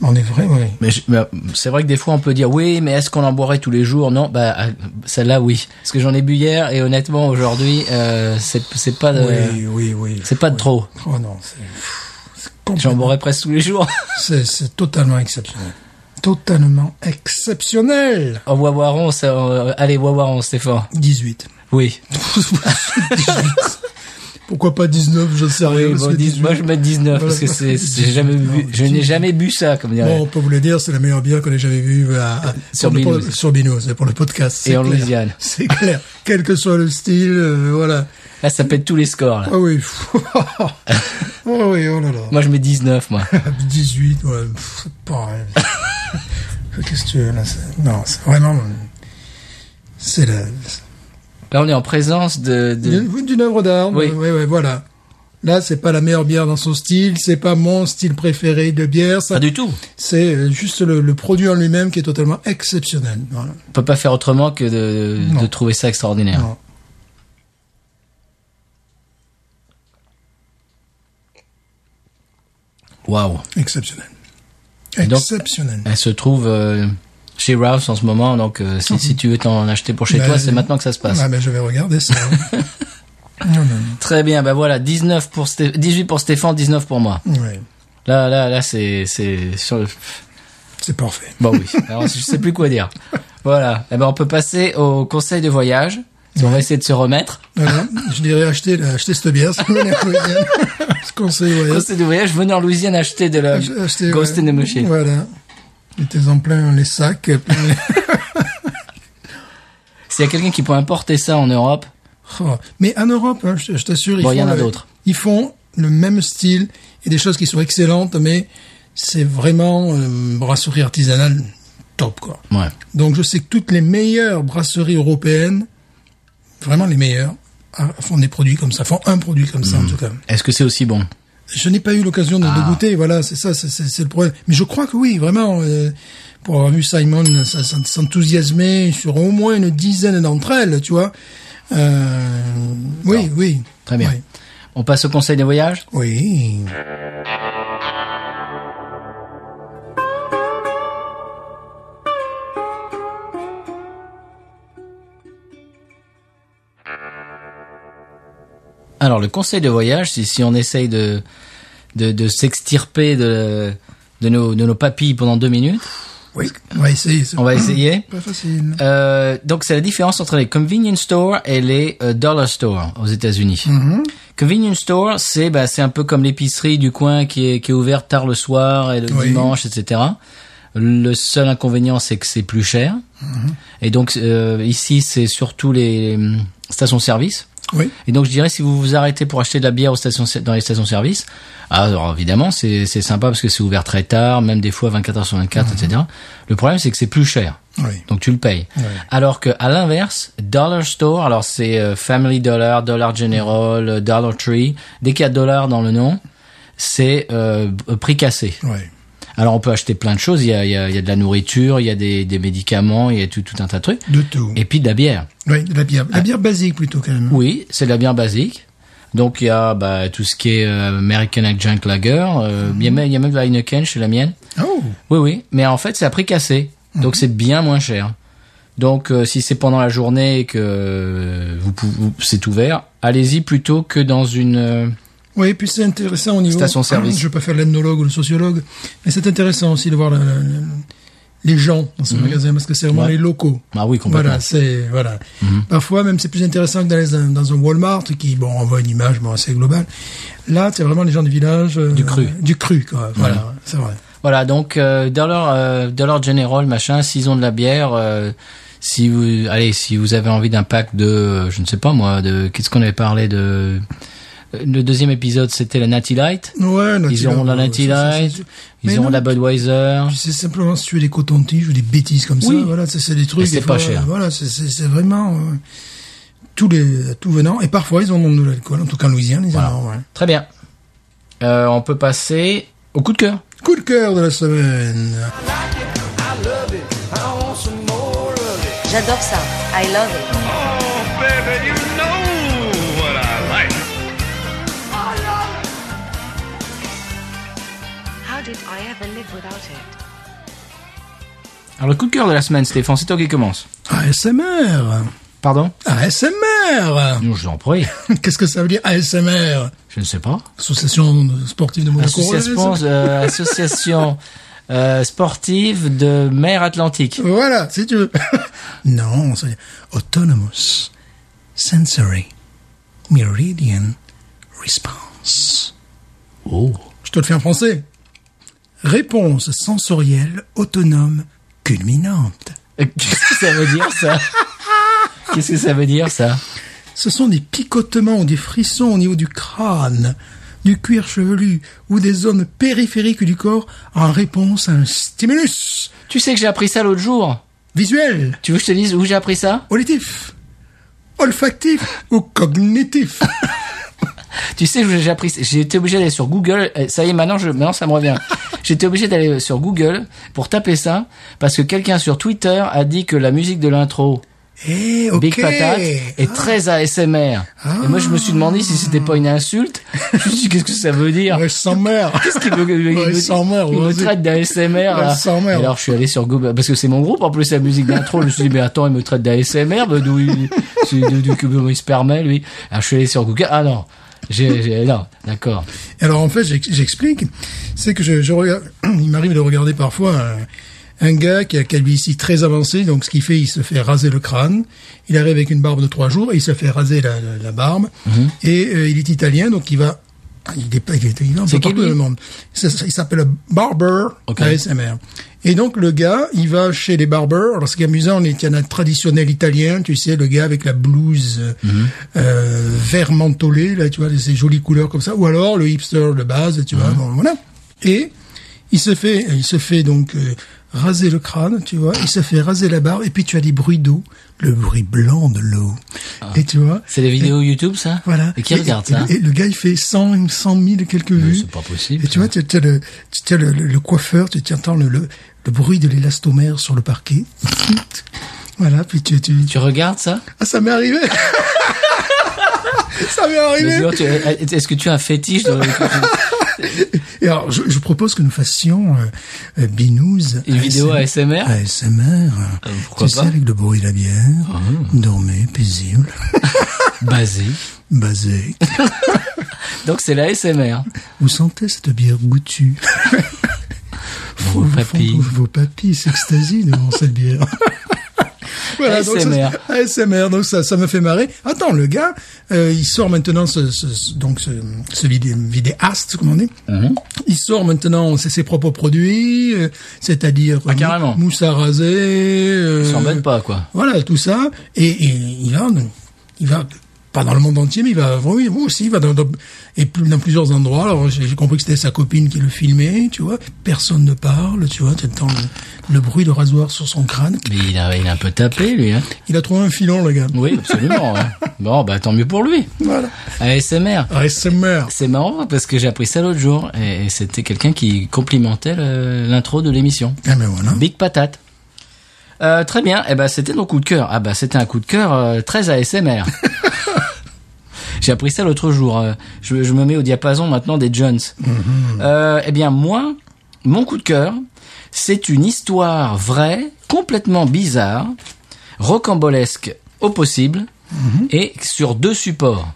S2: on est vrai, oui.
S1: *laughs* Mais, je- mais, euh, c'est vrai que des fois on peut dire oui, mais est-ce qu'on en boirait tous les jours Non, bah euh, celle-là oui, parce que j'en ai bu hier et honnêtement aujourd'hui euh, c'est c'est pas de,
S2: Oui, oui, oui.
S1: Euh, c'est pas de
S2: Oui.
S1: trop.
S2: Oh non, c'est. c'est
S1: J'en
S2: complètement-
S1: boirais presque tous les jours. *laughs*
S2: C'est, c'est totalement exceptionnel. Totalement exceptionnel.
S1: en Wawaron, ça, euh, allez Wawaron, Stéphane.
S2: 18.
S1: Oui.
S2: 18. *laughs* Pourquoi pas 19, je sais rien.
S1: Oui,
S2: parce
S1: bon,
S2: que
S1: dix-
S2: 18.
S1: moi je mets 19
S2: Voilà.
S1: parce que *laughs* c'est c'est- j'ai
S2: 18,
S1: jamais bu,
S2: non,
S1: je n'ai
S2: 18.
S1: jamais bu ça comme
S2: Bon,
S1: dirait.
S2: on peut vous le dire, c'est la meilleure bière qu'on ait jamais vue à- à-
S1: Euh, Sur
S2: pour le- pour le-
S1: Binous.
S2: sur Binous, pour le podcast. c'est
S1: Et en
S2: clair.
S1: Louisiane.
S2: *laughs* C'est clair. Quel que soit le style, euh, voilà.
S1: Là ça pète tous les scores. Là.
S2: Ah oui. *laughs* ah oui, oh là là.
S1: *laughs* Moi je mets 19 moi.
S2: 18, ouais, pff, c'est pas
S1: *laughs*
S2: vrai. Qu'est-ce que tu veux, là, c'est- Non, c'est vraiment. C'est la.
S1: Là on est en présence de, de...
S2: D'une d'une œuvre d'art.
S1: Mm. Oui.
S2: Oui, oui, voilà. Là, c'est pas la meilleure bière dans son style, c'est pas mon style préféré de bière. Ça,
S1: Pas du tout.
S2: c'est euh, juste le, le produit en lui-même qui est totalement exceptionnel. Voilà.
S1: On peut pas faire autrement que de,
S2: Non.
S1: de trouver ça extraordinaire.
S2: Non.
S1: Waouh.
S2: Exceptionnel.
S1: donc-
S2: Exceptionnel.
S1: Elle se trouve euh, chez Ralph's en ce moment, donc euh, si, si tu veux t'en acheter pour chez
S2: Bah,
S1: toi, c'est maintenant que ça se passe.
S2: Ah, ben, je vais regarder ça. hein.
S1: *laughs*
S2: non, non,
S1: Très bien, bah voilà, 19 pour Sté- 18 pour Stéphane, 19 pour moi.
S2: non. Ouais.
S1: Là, là, là, c'est, c'est sur le...
S2: C'est parfait.
S1: Bon
S2: *laughs*
S1: oui, alors je sais plus quoi dire. Voilà, eh ben on peut passer au conseil de voyage. On va essayer de se remettre.
S2: Voilà. je dirais acheter, la- acheter cette bière. c'est
S1: *laughs*
S2: la prochaine. Je conseille, ouais.
S1: Conseil de voyage, venez en Louisiane acheter de la
S2: Euh. Ach- acheter,
S1: Ghost
S2: ouais.
S1: in the Machine.
S2: Voilà. Mettez-en plein les sacs. plein les-
S1: S'il y a quelqu'un qui peut importer ça en Europe,
S2: Oh. Mais en Europe, hein, je, je t'assure, ils
S1: Bon, il y
S2: font
S1: en a
S2: le-
S1: d'autres.
S2: Ils font le même style et des choses qui sont excellentes, mais c'est vraiment euh, brasserie artisanale top, quoi.
S1: ouais.
S2: Donc je sais que toutes les meilleures brasseries européennes, vraiment les meilleures, ah, font des produits comme ça, font un produit comme
S1: Hmm.
S2: ça en tout cas.
S1: Est-ce que c'est aussi bon
S2: Je n'ai pas eu l'occasion de, de
S1: Ah.
S2: goûter, voilà, c'est ça, c'est- c'est c'est le problème. Mais je crois que oui, vraiment, euh, pour avoir vu Simon s- s- s'enthousiasmer sur au moins une dizaine d'entre elles, tu vois. Euh, oui, oui.
S1: Très bien. On passe au conseil de voyage
S2: Oui. oui.
S1: Alors le conseil de voyage, si, si on essaye de, de, de s'extirper de, de, nos, de nos papilles pendant deux minutes,
S2: Oui. On va essayer. c'est
S1: on va essayer.
S2: Pas facile.
S1: Euh, donc c'est la différence entre les convenience stores et les euh, dollar stores aux États-Unis.
S2: Mm. Mhm.
S1: Convenience store, c'est bah, c'est un peu comme l'épicerie du coin qui est qui est ouverte tard le soir et le
S2: Oui.
S1: dimanche, etc. Le seul inconvénient, c'est que c'est plus cher.
S2: Mm-hmm.
S1: Et donc euh, ici, c'est surtout les hum, stations-service.
S2: Oui.
S1: Et donc je dirais si vous vous arrêtez pour acheter de la bière aux stations, dans les stations-service, alors évidemment c'est c'est sympa parce que c'est ouvert très tard, même des fois 24 heures sur 24, etc. Le problème c'est que c'est plus cher.
S2: Oui.
S1: Donc tu le payes.
S2: Ouais.
S1: Alors que à l'inverse, Dollar Store, alors c'est euh, Family Dollar, Dollar General, euh, Dollar Tree, dès qu'il y a dollar dans le nom, c'est euh, b- prix cassé.
S2: Oui.
S1: Alors on peut acheter plein de choses, il y a, il y a- il y a de la nourriture, il y a des, des médicaments, il y a tout, tout un tas de trucs.
S2: De tout.
S1: Et Ah. puis de la bière.
S2: Oui, de la bière. La bière basique plutôt quand même.
S1: Oui, c'est de la bière basique. Donc il y a bah, tout ce qui est euh, American Adjunct Lager, euh, il, y a même, il y a même de la Heineken chez la mienne.
S2: Oh.
S1: Oui, oui, mais en fait, c'est à prix cassé. Donc, c'est bien moins cher. Donc, euh, si c'est pendant la journée et que euh, vous, pou- vous- c'est ouvert, allez-y plutôt que dans une... euh,
S2: Oui, et puis c'est intéressant au niveau. Ah,
S1: Station-service.
S2: Je ne vais pas faire l'ethnologue ou le sociologue, mais c'est intéressant aussi de voir la- la- la- les gens dans ce magasin parce que c'est vraiment
S1: Mhm. Ouais.
S2: les locaux.
S1: Ah oui, complètement.
S2: Voilà, c'est voilà.
S1: Mhm.
S2: Parfois même c'est plus intéressant que d'aller dans, un- dans un Walmart qui bon envoie une image bon assez globale. Là, c'est vraiment les gens du village euh,
S1: Du cru.
S2: du cru quoi. Voilà, c'est vrai.
S1: Voilà, donc, euh, dans, leur, euh, dans leur General, machin, s'ils ont de la bière... euh, si vous allez, si vous avez envie d'un pack de, euh, je ne sais pas moi, de qu'est-ce qu'on avait parlé de euh, le deuxième épisode, c'était la Natty Light.
S2: Ouais, Natty
S1: Ils auront de la
S2: Light,
S1: Natty
S2: ouais, ça,
S1: Light,
S2: c'est- c'est-
S1: ils
S2: Mais
S1: auront
S2: non,
S1: de la Budweiser.
S2: C'est simplement si tu es des cotons-tiges ou des bêtises comme
S1: Oui.
S2: ça. Voilà, c'est c'est des
S1: Et
S2: trucs.
S1: c'est
S2: des fois,
S1: pas cher.
S2: Voilà, c'est- c'est c'est vraiment euh, tous les tout venant. Et parfois ils en ont de l'alcool. En tout cas, en Louisiane, ils en ont. Ouais.
S1: Très bien. Euh, on peut passer au coup de cœur.
S2: Coup de cœur de la semaine.
S4: J'adore ça. I love it.
S5: How did I ever live without it?
S1: Alors le coup de cœur de la semaine, Stéphane, c'est toi qui commence.
S2: ASMR.
S1: Pardon
S2: ASMR.
S1: Non, je vous en prie.
S2: *laughs* Qu'est-ce que ça veut dire ASMR
S1: Je ne sais pas.
S2: Association sportive de Monaco.
S1: Association, euh, association euh, sportive de mer Atlantique.
S2: Voilà, si tu veux. *laughs* non, c'est Autonomous Sensory Meridian Response.
S1: Oh.
S2: Je te le fais en français. Réponse sensorielle autonome culminante.
S1: Qu'est-ce que ça veut dire ça Qu'est-ce que ça veut dire ça
S2: Ce sont des picotements ou des frissons au niveau du crâne, du cuir chevelu ou des zones périphériques du corps en réponse à un stimulus
S1: Tu sais que j'ai appris ça l'autre jour.
S2: visuel,
S1: Tu veux que je te dise où j'ai appris ça
S2: auditif, olfactif ou cognitif.
S1: Tu sais, j'ai appris, j'ai été obligé d'aller sur Google. Eh, Ça y est, maintenant, je, maintenant ça me revient. J'étais obligé d'aller sur Google pour taper ça parce que quelqu'un sur Twitter a dit que la musique de l'intro
S2: Eh, ok.
S1: Big Patate est très ASMR. Et moi, je me suis demandé si c'était pas une insulte. je me suis dit, qu'est-ce que ça veut dire
S2: Ouais, sans mère.
S1: *laughs* Qu'est-ce qu'il veut il
S2: Ouais,
S1: me-
S2: sans mère,
S1: il me
S2: vas-y.
S1: traite d'ASMR là.
S2: sans
S1: Et
S2: mère.
S1: alors je suis allé sur Google parce que c'est mon groupe en plus la musique d'intro. je me suis dit mais attends il me traite d'ASMR bah, d'où il, c'est- d'où- d'où- comment il se permet lui. Alors je suis allé sur Google ah non j'ai, j'ai- non d'accord
S2: Alors en fait, j'ex- j'explique. C'est que je, je regarde, *clears throat* il m'arrive de regarder parfois un, un gars qui a calvitie très avancée, donc ce qu'il fait, il se fait raser le crâne. Il arrive avec une barbe de trois jours et il se fait raser la, la- la barbe.
S1: Mm-hmm.
S2: Et euh, il est italien, donc il va, il est pas, il est, il est un peu
S1: C'est qui,
S2: partout
S1: lui
S2: dans le monde. Ça- ça- il s'appelle barber
S1: Ok.
S2: ASMR. Et donc le gars, il va chez les barbers. Alors ce qui est amusant, on est- il y en a un traditionnel italien, tu sais, le gars avec la blouse
S1: Mhm.
S2: euh, vert mentholé, là, tu vois, ces jolies couleurs comme ça. Ou alors le hipster de base, tu vois,
S1: Mhm.
S2: bon, voilà. Et il se fait, il se fait donc euh, raser le crâne, tu vois. Il se fait raser la barbe. Et puis tu as les bruits d'eau, le bruit blanc de l'eau. Et tu vois.
S1: Ah. c'est les vidéos YouTube ça
S2: Voilà.
S1: et qui regarde
S2: et-
S1: ça
S2: Et le gars, il fait 100, 100 000 et quelques vues.
S1: c'est pas possible,
S2: Et tu vois, tu as le, tu as le, le- le coiffeur, tu tu entends le, le, le bruit de l'élastomère sur le parquet. *laughs* voilà, puis tu, tu,
S1: tu regardes ça
S2: Ah, ça m'est arrivé *laughs* Ça m'est
S1: Mais
S2: arrivé
S1: dis-moi, tu- est-ce que tu as un fétiche de,
S2: Et alors, je, je propose que nous fassions euh, euh, Binous.
S1: une vidéo ASMR
S2: ASMR.
S1: Euh, pourquoi
S2: tu
S1: pas Ah.
S2: sais, avec le bruit de la bière, dormez, paisible,
S1: basé
S2: basé.
S1: donc c'est la ASMR
S2: Vous sentez cette bière goûtue
S1: vos
S2: Au fond,
S1: papilles.
S2: Vos, vos papilles s'extasient devant cette bière. donc ça,
S1: ASMR.
S2: ASMR, donc ça, ça me fait marrer. Attends, le gars, euh, il sort maintenant ce, ce- ce- donc ce, ce vidé, vidéaste, comment on dit Il sort maintenant ses, ses propres produits, euh, c'est-à-dire euh,
S1: carrément.
S2: mousse à raser. euh,
S1: tu s'embête pas quoi
S2: voilà, tout ça. Et, et il va, il va pas dans le monde entier, mais il va, oui, vous aussi, il va dans, dans- et plus, dans plusieurs endroits. Alors, j'ai j'ai compris que c'était sa copine qui le filmait, tu vois. Personne ne parle, tu vois. T'entends le, le bruit de rasoir sur son crâne.
S1: mais il a, il a un peu tapé lui hein
S2: Il a trouvé un filon, le gars.
S1: Oui, absolument. ouais. Bon, bah tant mieux pour lui.
S2: Voilà.
S1: ASMR.
S2: ASMR.
S1: C'est marrant parce que j'ai appris ça l'autre jour et c'était quelqu'un qui complimentait le- l'intro de l'émission.
S2: Ah, ben voilà.
S1: Big patate. Euh, très bien. Eh ben, c'était nos coups de cœur. Ah bah, c'était un coup de cœur euh, très ASMR. J'ai appris ça l'autre jour. Euh, Je, je me mets au diapason maintenant des Jones. Euh, eh bien, moi, mon coup de cœur, c'est une histoire vraie, complètement bizarre, rocambolesque au possible, et sur deux supports.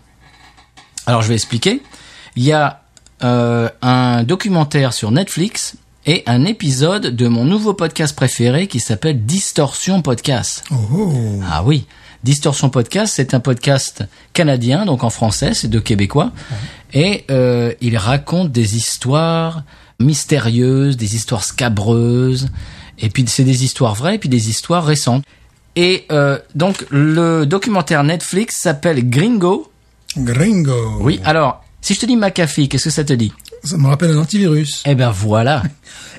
S1: Alors, je vais expliquer. Il y a euh, un documentaire sur Netflix et un épisode de mon nouveau podcast préféré qui s'appelle Distorsion Podcast.
S2: Oh, oh.
S1: Ah oui, Distorsion Podcast, c'est un podcast canadien, donc en français, c'est de Québécois. Et euh, il raconte des histoires mystérieuses, des histoires scabreuses, et puis c'est des histoires vraies, et puis des histoires récentes. Et euh, donc le documentaire Netflix s'appelle Gringo.
S2: Gringo.
S1: Oui, alors, si je te dis McAfee, qu'est-ce que ça te dit
S2: Ça me rappelle un antivirus.
S1: Eh ben voilà,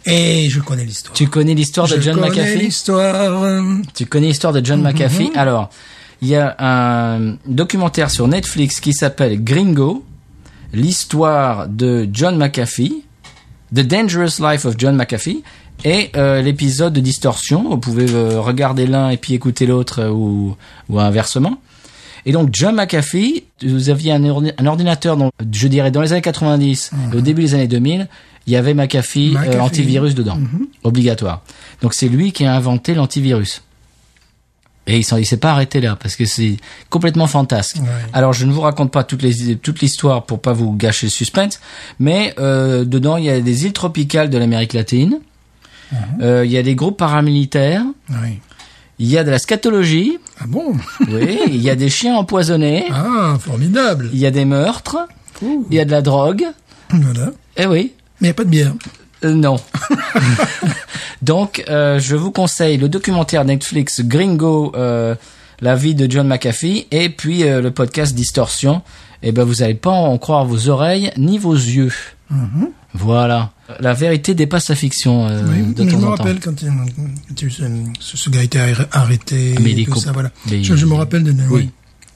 S2: Et je connais l'histoire.
S1: tu connais l'histoire de
S2: je
S1: John
S2: connais
S1: McAfee
S2: l'histoire.
S1: Tu connais l'histoire de John McAfee Alors, il y a un documentaire sur Netflix qui s'appelle Gringo, l'histoire de John McAfee, The Dangerous Life of John McAfee, et euh, l'épisode de Distorsion. Vous pouvez euh, regarder l'un et puis écouter l'autre euh, ou, ou inversement. Et donc John McAfee, vous aviez un, ordi- un ordinateur, dans, je dirais dans les années 90, et au début des années 2000, il y avait McAfee, euh,
S2: McAfee.
S1: antivirus dedans, obligatoire. Donc c'est lui qui a inventé l'antivirus. Et il s'en- il s'est pas arrêté là parce que c'est complètement fantasque.
S2: Ouais.
S1: Alors je ne vous raconte pas toutes les toute l'histoire pour pas vous gâcher le suspense, mais euh, dedans il y a des îles tropicales de l'Amérique latine,
S2: Mhm.
S1: Euh, il y a des groupes paramilitaires,
S2: Oui.
S1: il y a de la scatologie,
S2: *laughs* Ah bon
S1: oui, il y a des chiens empoisonnés,
S2: Ah, formidable.
S1: *laughs* il y a des meurtres,
S2: Ouh.
S1: il y a de la drogue.
S2: Voilà.
S1: Eh oui,
S2: Mais il n'y a pas de bière.
S1: Euh, non. *laughs* Donc, euh, je vous conseille le documentaire Netflix Gringo, euh, la vie de John McAfee, et puis euh, le podcast Distorsion. Et ben, vous n'allez pas en croire vos oreilles ni vos yeux.
S2: Mhm.
S1: Voilà. La vérité dépasse la fiction euh,
S2: Oui,
S1: de
S2: je
S1: temps
S2: me
S1: en temps.
S2: rappelle quand il, quand il y a eu ce, ce- ce gars a été arr- arrêté,
S1: Ah, Mais il est
S2: tout
S1: coup-
S2: ça, voilà.
S1: mais
S2: je, je
S1: il-
S2: me rappelle de,
S1: Oui.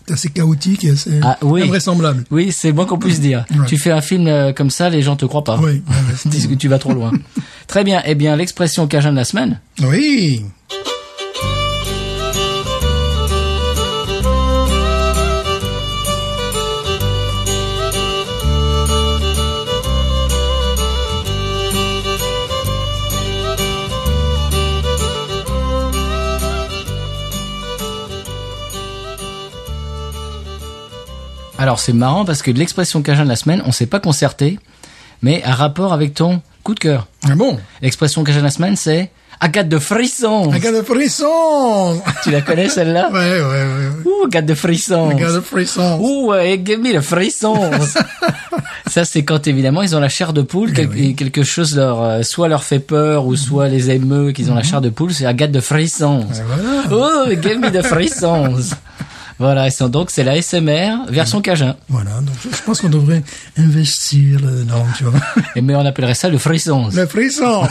S2: assez chaotique et assez
S1: Ah, oui.
S2: invraisemblable.
S1: Oui, c'est moins qu'on puisse dire.
S2: Ouais.
S1: Tu fais un film euh, comme ça, les gens te croient pas.
S2: Oui, ouais, ouais,
S1: Ils
S2: c'est-
S1: disent que *laughs* tu vas trop loin.
S2: *laughs*
S1: Très bien. Eh bien, l'expression cajun de la semaine.
S2: Oui.
S1: Alors, c'est marrant parce que l'expression cajun de la semaine, on s'est pas concerté, mais à rapport avec ton coup de cœur.
S2: Ah bon
S1: L'expression cajun de la semaine, c'est Agathe de frisson.
S2: Un gars de
S1: *laughs*
S2: frisson
S1: Tu la connais celle-là
S2: *laughs* Ouais, ouais, ouais. ouais.
S1: Ouh, Agathe de frisson.
S2: Un gars de frisson.
S1: Ouh, ouais, give me the
S2: *laughs*
S1: frissons. Ça, c'est quand évidemment ils ont la chair de poule, quel-
S2: Eh oui.
S1: et quelque chose leur, euh, soit leur fait peur, ou soit les émeut qu'ils ont la chair de poule, c'est Agathe de frissons.
S2: Mm-hmm. Et voilà.
S1: Oh, give me the
S2: *laughs*
S1: frissons. Voilà, et c'est- donc c'est la SMR version cajun.
S2: Voilà, donc je je pense qu'on devrait investir là-dedans,
S1: *laughs*
S2: tu vois.
S1: Et mais on appellerait ça le frissons.
S2: Le frisson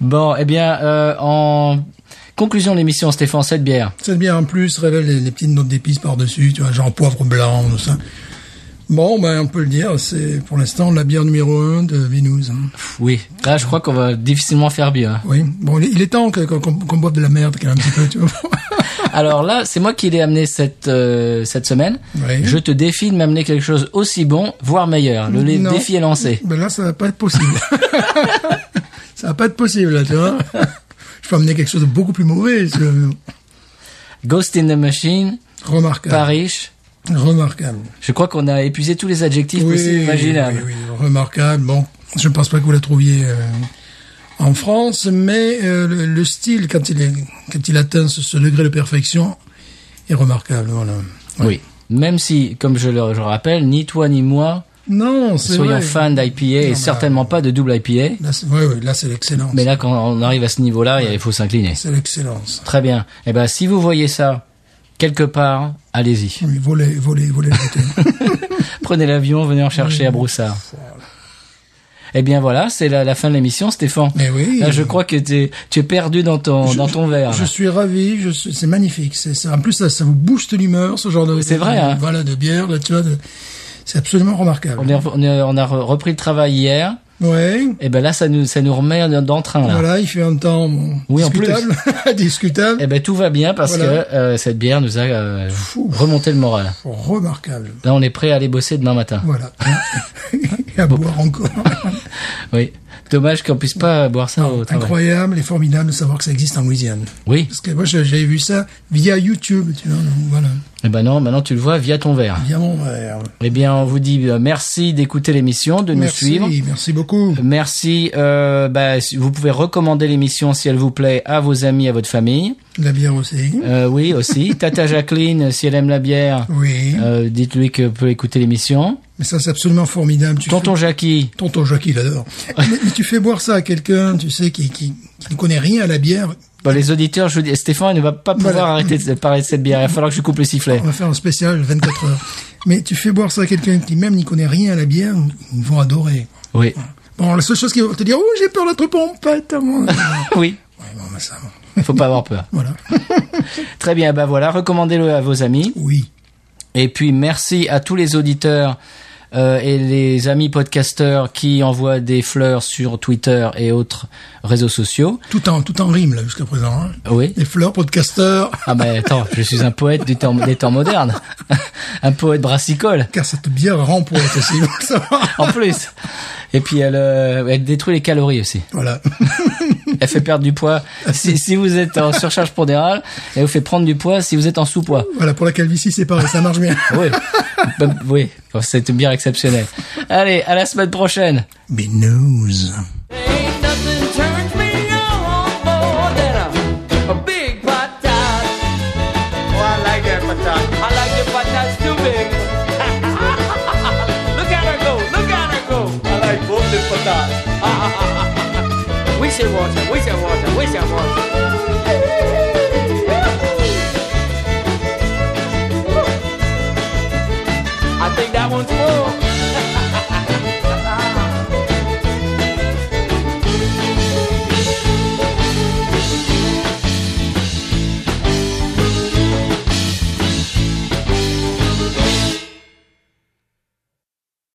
S1: Bon, eh bien, euh, en conclusion de l'émission, Stéphane, cette bière.
S2: C'est bien en plus, révèle les, les petites notes d'épices par-dessus, tu vois, genre poivre blanc, tout ça. Bon, ben on peut le dire, c'est pour l'instant la bière numéro un de Vinous. hein.
S1: Pff, Oui, là, je crois qu'on va difficilement faire mieux.
S2: *laughs*
S1: hein.
S2: Oui, bon, il il est temps que- qu'on qu'on boive de la merde quand même un petit peu, tu vois.
S1: Alors là, c'est moi qui l'ai amené cette euh, cette semaine.
S2: Oui.
S1: Je te défie de m'amener quelque chose aussi bon, voire meilleur. Le le
S2: Non.
S1: défi est lancé.
S2: Ben là, ça va pas être possible. *laughs* ça va pas être possible, là, tu vois. Je peux amener quelque chose de beaucoup plus mauvais. c'est
S1: Ghost in the Machine,
S2: Remarquable.
S1: Paris.
S2: Remarquable.
S1: Je crois qu'on a épuisé tous les adjectifs possibles imaginables.
S2: oui, oui, remarquable. Bon, je ne pense pas que vous la trouviez euh, en France, mais euh, le, le style, quand il, est, quand il atteint ce, ce degré de perfection, est remarquable. Voilà. Ouais.
S1: Oui. Même si, comme je le je le rappelle, ni toi ni moi
S2: Non, c'est
S1: soyons
S2: vrai.
S1: fans d'IPA
S2: Non, bah.
S1: et
S2: mais-
S1: certainement pas de double IPA.
S2: Là, c'est ouais, ouais, là, c'est l'excellence.
S1: Mais là, quand on arrive à ce niveau-là, il faut s'incliner.
S2: C'est l'excellence.
S1: Très bien. Eh ben, si vous voyez ça quelque part, allez-y. *laughs*
S2: Oui, volez, volez, volez le côté.
S1: Prenez l'avion, venez en chercher à Broussard. Eh bien voilà, c'est la, la fin de l'émission, Stéphane.
S2: *laughs* Mais oui.
S1: Là, je crois que t'es- tu es perdu dans ton dans ton verre.
S2: Je suis ravi, je suis, c'est magnifique. C'est, ça. En plus, ça, ça vous booste l'humeur, ce genre de,
S1: C'est
S2: de-
S1: vrai,
S2: de-
S1: hein.
S2: voilà, de bière, là, tu vois, de- c'est absolument remarquable.
S1: On, est- on est- on a re- repris le travail hier.
S2: Ouais.
S1: Et ben là, ça nous ça nous remet d'entrain là.
S2: Voilà, il fait un temps bon,
S1: Oui, en plus.
S2: discutable, *laughs* discutable,
S1: Eh ben tout va bien parce
S2: Voilà.
S1: que euh, cette bière nous a euh,
S2: Fou.
S1: remonté le moral.
S2: remarquable.
S1: Là, on est prêt à aller bosser demain matin.
S2: Voilà. *laughs* Et à boire encore.
S1: Ah Oui. Dommage qu'on puisse pas boire ça au travail.
S2: Incroyable et formidable de savoir que ça existe en Louisiane.
S1: Oui.
S2: Parce que moi, je- j'avais vu ça via YouTube, tu vois. donc voilà.
S1: Eh ben non, maintenant tu le vois via ton verre.
S2: Via mon verre.
S1: Eh bien, on vous dit euh, merci d'écouter l'émission, de nous
S2: Merci,
S1: suivre.
S2: merci beaucoup.
S1: Merci. Euh, bah, si- vous pouvez recommander l'émission si elle vous plaît à vos amis, à votre famille.
S2: La bière aussi.
S1: Euh, oui,
S2: *laughs*
S1: aussi. Tata Jacqueline, si elle aime la bière,
S2: Oui.
S1: euh, dites-lui que peut écouter l'émission.
S2: Mais ça, c'est absolument formidable. Tu
S1: Tonton Jackie.
S2: fais- Tonton Jacques, il adore. mais, mais tu fais boire ça à quelqu'un, tu sais, qui, qui, qui ne connaît rien à la bière.
S1: Bon, bah, les auditeurs, je vous dis, Stéphane, il ne va pas pouvoir
S2: Voilà.
S1: arrêter de parler de cette bière. Il va falloir que je coupe le sifflet.
S2: On va faire un spécial 24 heures. Mais tu fais boire ça à quelqu'un qui même n'y connaît rien à la bière, ils vont adorer.
S1: Oui.
S2: Bon, la seule chose qu'ils vont te dire, oh, j'ai peur d'être pompette. moi. *laughs* ouais,
S1: Oui.
S2: bon, ben ça,
S1: Faut pas avoir peur.
S2: voilà.
S1: Très bien. Bah voilà. Recommandez-le à vos amis.
S2: Oui.
S1: Et puis merci à tous les auditeurs euh, et les amis podcasteurs qui envoient des fleurs sur Twitter et autres réseaux sociaux.
S2: Tout en, tout en rime, là, jusqu'à présent. hein.
S1: Oui.
S2: Les fleurs, podcasteurs,
S1: Ah ben attends, je suis un poète du temps, des temps modernes, *laughs* un poète brassicole
S2: car cette bière rend poète aussi, vous le savoir.
S1: en plus. Et puis elle, euh, elle détruit les calories aussi.
S2: Voilà. *laughs*
S1: Elle fait perdre du poids si, si vous êtes en surcharge pondérale, elle vous fait prendre du poids si vous êtes en sous-poids.
S2: Voilà, pour la calvitie, c'est pareil, ça marche bien.
S1: Oui, Ben, oui, c'est une bière exceptionnelle. Allez, à la semaine prochaine.
S2: Mais news.
S6: Ain't nothing turns me on more than a, a big pot tart. Oh, I like that pot tart. I like the pot tarts too big. *laughs* look at her go, look at her go. I like both the pot tarts. *laughs* we should watch her, we should watch her, we should watch her. I think that one's full.